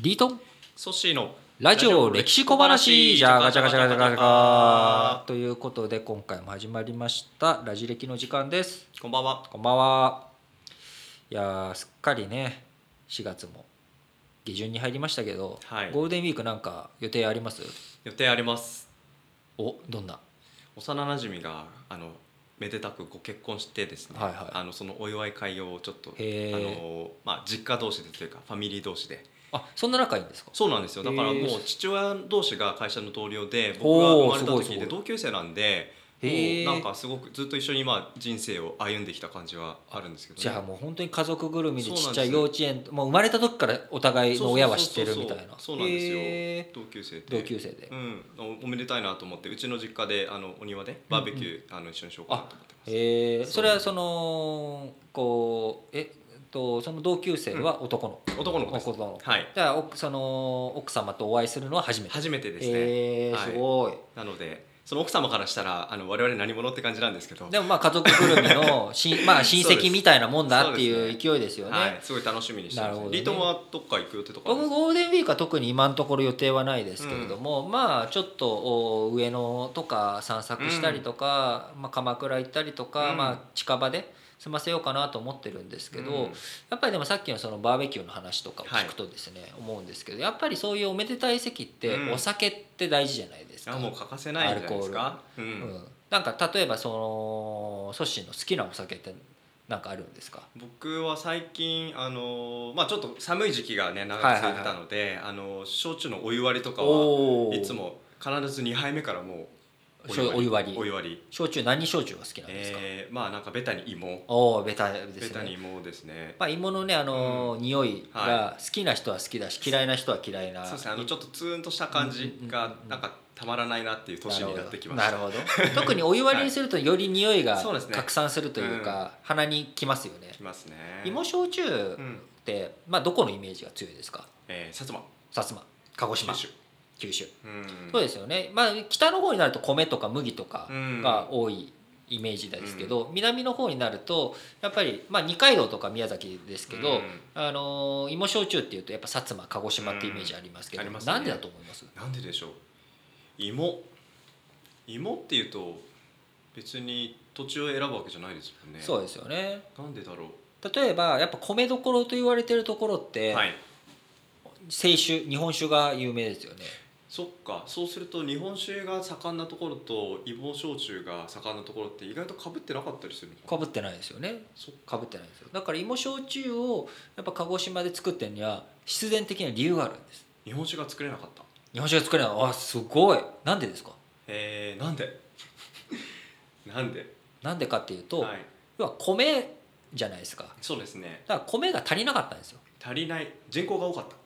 リートンソッシーのラジオ歴史小話じゃあガチャガチャガチャガチャガということで今回も始まりましたラジ歴の時間ですこんばんはこんばんはいやーすっかりね4月も下旬に入りましたけど、はいゴールデンウィークなんか予定あります予定ありますおどんな幼なじみがあのめでたくご結婚してですね、はいはいあのそのお祝い会をちょっとあへーの、まあ、実家同士でというかファミリー同士であそんな仲いいんですかそうなんですよだからへーもう父親同士が会社の同僚で僕がおー生まれたすごいす時ごでい同級生なんでへもーうなんかすごくずっと一緒にまあ人生を歩んできた感じはあるんですけどね、じゃあもう本当に家族ぐるみでそうちなっんちですゃよい幼稚園もう生まれた時からお互いの親は知ってるみたいなそうそうそうそうなんですよへ同級生ってー同級生で、うん、おおめでたいなと思ってうちの実家であのお庭でバーベキュー、あの一緒にしようかなと思ってますえー、そうそれはそのこうええっとその同級生は男の、男の子です男の子はいじゃあ奥その奥様とお会いするのは初めて初めてですね、えーはいすごい、なのでその奥様からしたらあの我々何者って感じなんですけどでもまあ家族ぐるみのし、 まあ、親そうです戚みたいなもんだってそういですうね勢いですよねはい、すごい楽しみにしてなまるす、ほどねリートンはどっか行く予定とかあるんで僕すかゴールデンウィークは特に今のところ予定はないですけれども、まあちょっとお上野とか散策したりとか、まあ、鎌倉行ったりとか、うんまあ、近場で済ませようかなと思ってるんですけど、うんやっぱりでもさっきのそのバーベキューの話とかをはい聞くとですね、思うんですけどやっぱりそういうおめでたい席ってうんお酒って大事じゃないですか。あもう欠かせないんじゃないですか、うんうんなんか例えばそのソッシーの好きなお酒ってなんかあるんですか僕は最近あの、まあ、ちょっと寒い時期がね長く続いてたので、あの焼酎のお湯割りとかはおーいつも必ず2杯目からもうそうお湯割りお湯割り焼酎何焼酎が好きなんですか、えーまあなんかベタに芋おおベタでベすタにね芋ですねまあ、芋のねあのー、匂いはが好きな人は好きだし、嫌いな人は嫌いなそうですねあのちょっとツーンとした感じうんがうんうんうんなんかたまらないなっていう年になってきましなるほどなるほど特にお湯割りにするとより匂いがそうですね拡散するというか、鼻にきますよねたきますね芋焼酎うんって、まあ、どこのイメージが強いですかえー薩摩薩摩鹿児島九州九州うんそうですよね、まあ、北の方になると米とか麦とかうんが多いイメージですけど、南の方になるとやっぱり、まあ、二階堂とか宮崎ですけど、うんあのー芋焼酎っていうとやっぱ薩摩鹿児島ってイメージありますけど、うんありますねなんでだと思いますなんででしょう芋芋っていうと別に土地を選ぶわけじゃないですもんねそうですよねなんでだろ例えばやっぱ米どころと言われてるところっうて、はい清酒日本酒が有名ですよねそっかそうすると日本酒が盛んなところと芋焼酎が盛んなところって意外とかぶってなかったりするのかかぶってないですよねそっかかぶってないですよだから芋焼酎をやっぱ鹿児島で作ってるには必然的な理由があるんです日本酒が作れなかった日本酒が作れないあすごいなんでですかえー、なんで なんでなんでかっていうと、はい、要は米じゃないですかだそうですねから米が足りなかったんですよ足りない人口が多かった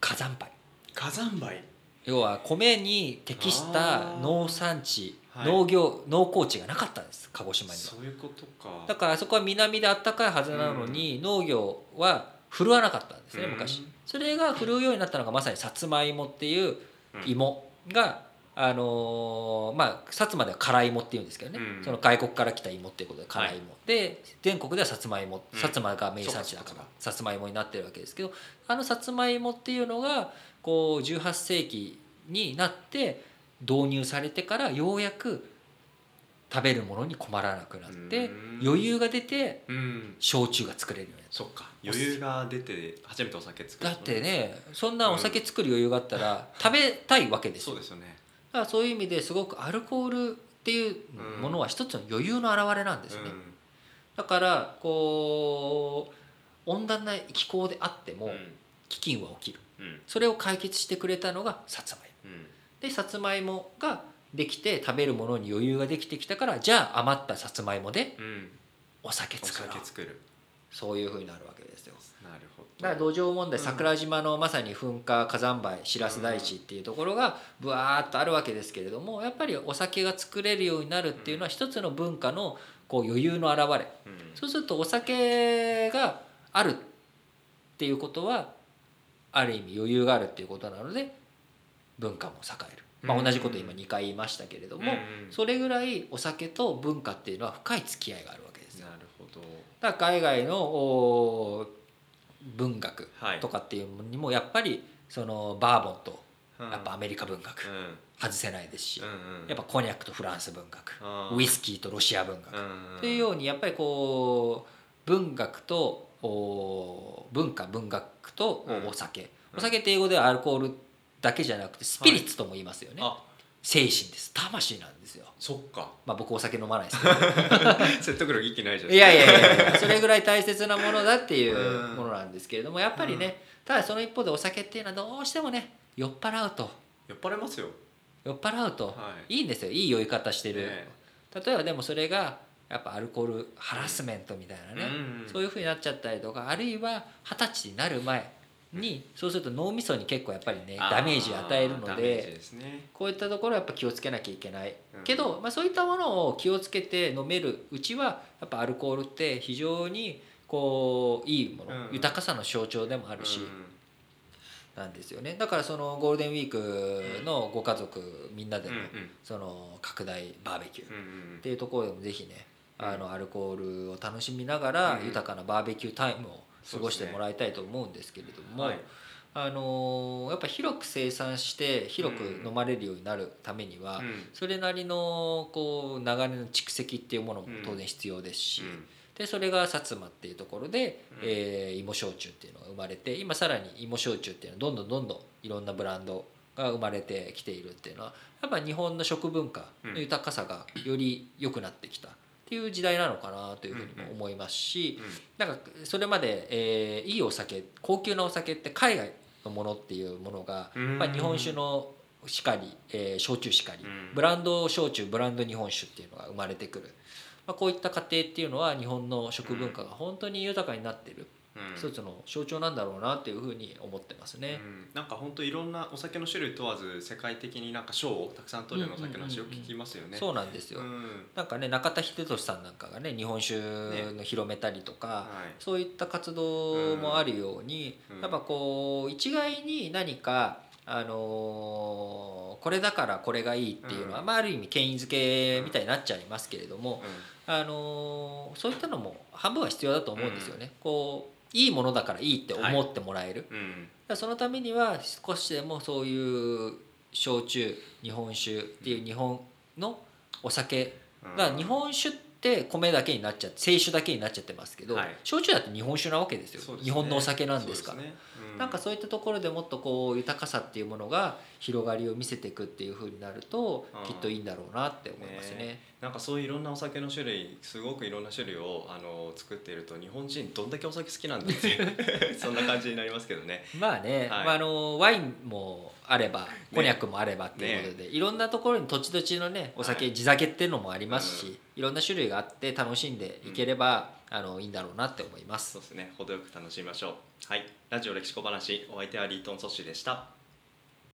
火山灰火山灰要は米に適した農産地、あーはい農業農耕地がなかったんです鹿児島にはそういうことかだからあそこは南であったかいはずなのに農業は振るわなかったんですねうん昔それが振るうようになったのがまさにさつまいもっていううん芋が、あのーまあ薩摩では辛い芋っていうんですけどね、うんその外国から来た芋っていうことで辛い芋、はで全国ではさつまいもうん薩摩が名産地だかそうらかさつまいもになってるわけですけどあのさつまいもっていうのがこう18世紀になって導入されてからようやく食べるものに困らなくなってうん余裕が出てうん焼酎が作れるようになっそっか余裕が出て初めてお酒作たるだのってねそんなお酒作る余裕があったら食べたいわけですそようですよねだからそういう意味ですごくアルコールっていうものは一つの余裕の表れなんですね、だからこう温暖な気候であってうもん飢饉は起きるうんそれを解決してくれたのがさつまいもうんでさつまいもができて食べるものに余裕ができてきたからじゃあ余ったさつまいもでうん、うん、お酒お作ろう酒作るそういうふうになるわけですよなるほどだから土壌問題うん桜島のまさに噴火火山灰白洲大地っていうところがぶわーっとあるわけですけれどもやっぱりお酒が作れるようになるっていうのは一つの文化のこう余裕の表れうんそうするとお酒があるっていうことはある意味余裕があるっていうことなので文化も栄える、まあ、うん同じこと今2回言いましたけれどもうんうんそれぐらいお酒と文化っていうのは深い付き合いがあるわけですよなるほどだから海外のおー文学はいとかっていうのにもやっぱりそのバーボンとうんやっぱアメリカ文学うん外せないですしうんうんやっぱコニャックとフランス文学あーウイスキーとロシア文学うんうんというようにやっぱりこう文学とおー文化文学とうんお酒、うんお酒って英語ではアルコールだけじゃなくてスピリッツとも言いますよね、あ精神です魂なんですよそ っかまあ僕お酒飲まないですけど説得力一気ないじゃんいやいやいやいやそれぐらい大切なものだっていううんものなんですけれどもやっぱりね、ただその一方でお酒っていうのはどうしてもね酔っ払うと酔っ払いますよ酔っ払うと、はいい、いんですよいい酔い方してる、ね例えばでもそれがやっぱアルコールハラスメントみたいなね、うんうんそういうふうになっちゃったりとかあるいは二十歳になる前にそうすると脳みそに結構やっぱりねあーダメージ与えるのダメージでですねこういったところはやっぱ気をつけなきゃいけないうんけど、まあ、そういったものを気をつけて飲めるうちはやっぱアルコールって非常にこういいもの、うん豊かさの象徴でもあるし、なんですよねだからそのゴールデンウィークのご家族みんなでうんのうんうんその拡大バーベキューうんうんっていうところでもぜひねうんあのアルコールを楽しみながらうん豊かなバーベキュータイムを過ごしてそうですねもらいたいと思うんですけれども、はいあのーやっぱ広く生産して広く飲まれるようになるためには、うんそれなりのこう流れの蓄積っていうものも当然必要ですし、でそれが薩摩っていうところで、うんえー芋焼酎っていうのが生まれて今さらに芋焼酎っていうのはどんどんどんどんいろんなブランドが生まれてきているっていうのはやっぱ日本の食文化の豊かさがより良くなってきたっていう時代なのかなというふうにも思いますしうんなんかそれまで、えーいいお酒高級なお酒って海外のものっていうものが、うんまあ、日本酒のしかり、えー焼酎しかりうんブランド焼酎ブランド日本酒っていうのが生まれてくる、まあ、こういった過程っていうのは日本の食文化が本当に豊かになってるうん一つの象徴なんだろうなっていうふうに思ってますねう。んなんか本当いろんなお酒の種類問わず世界的になんか賞をたくさん取るようなお酒の話を聞きますよね。そうなんですよ、うんなんかね中田秀俊さんなんかがね日本酒の広めたりとか、はいそういった活動もあるように、うんうんやっぱこう一概に何か、あのーこれだからこれがいいっていうのは、うんまあ、ある意味権威づけみたいになっちゃいますけれども、うあのーそういったのも半分は必要だと思うんですよね。こういいものだからいいって思ってもらえる、んうんだからそのためには少しでもそういう焼酎日本酒っていう日本のお酒うんだから日本酒って米だけになっちゃって清酒だけになっちゃってますけど、はい焼酎だって日本酒なわけですよそうですね日本のお酒なんですからそうねうなんかそういったところでもっとこう豊かさっていうものが広がりを見せていくっていうふうになるとうんきっといいんだろうなって思いますね。ねなんかそういういろんなお酒の種類すごくいろんな種類をあの作っていると日本人どんだけお酒好きなんだって そんな感じになりますけどね。まあね、はいまあ、あのワインもあればこにゃくもあればっていうことで、いろんなところに土地土地のねお酒、はい地酒っていうのもありますし、うんいろんな種類があって楽しんでいければ、あのいいんだろうなって思いますそうですね程よく楽しみましょう。はいラジオ歴史小話お相手はリートン・ソッシュでした。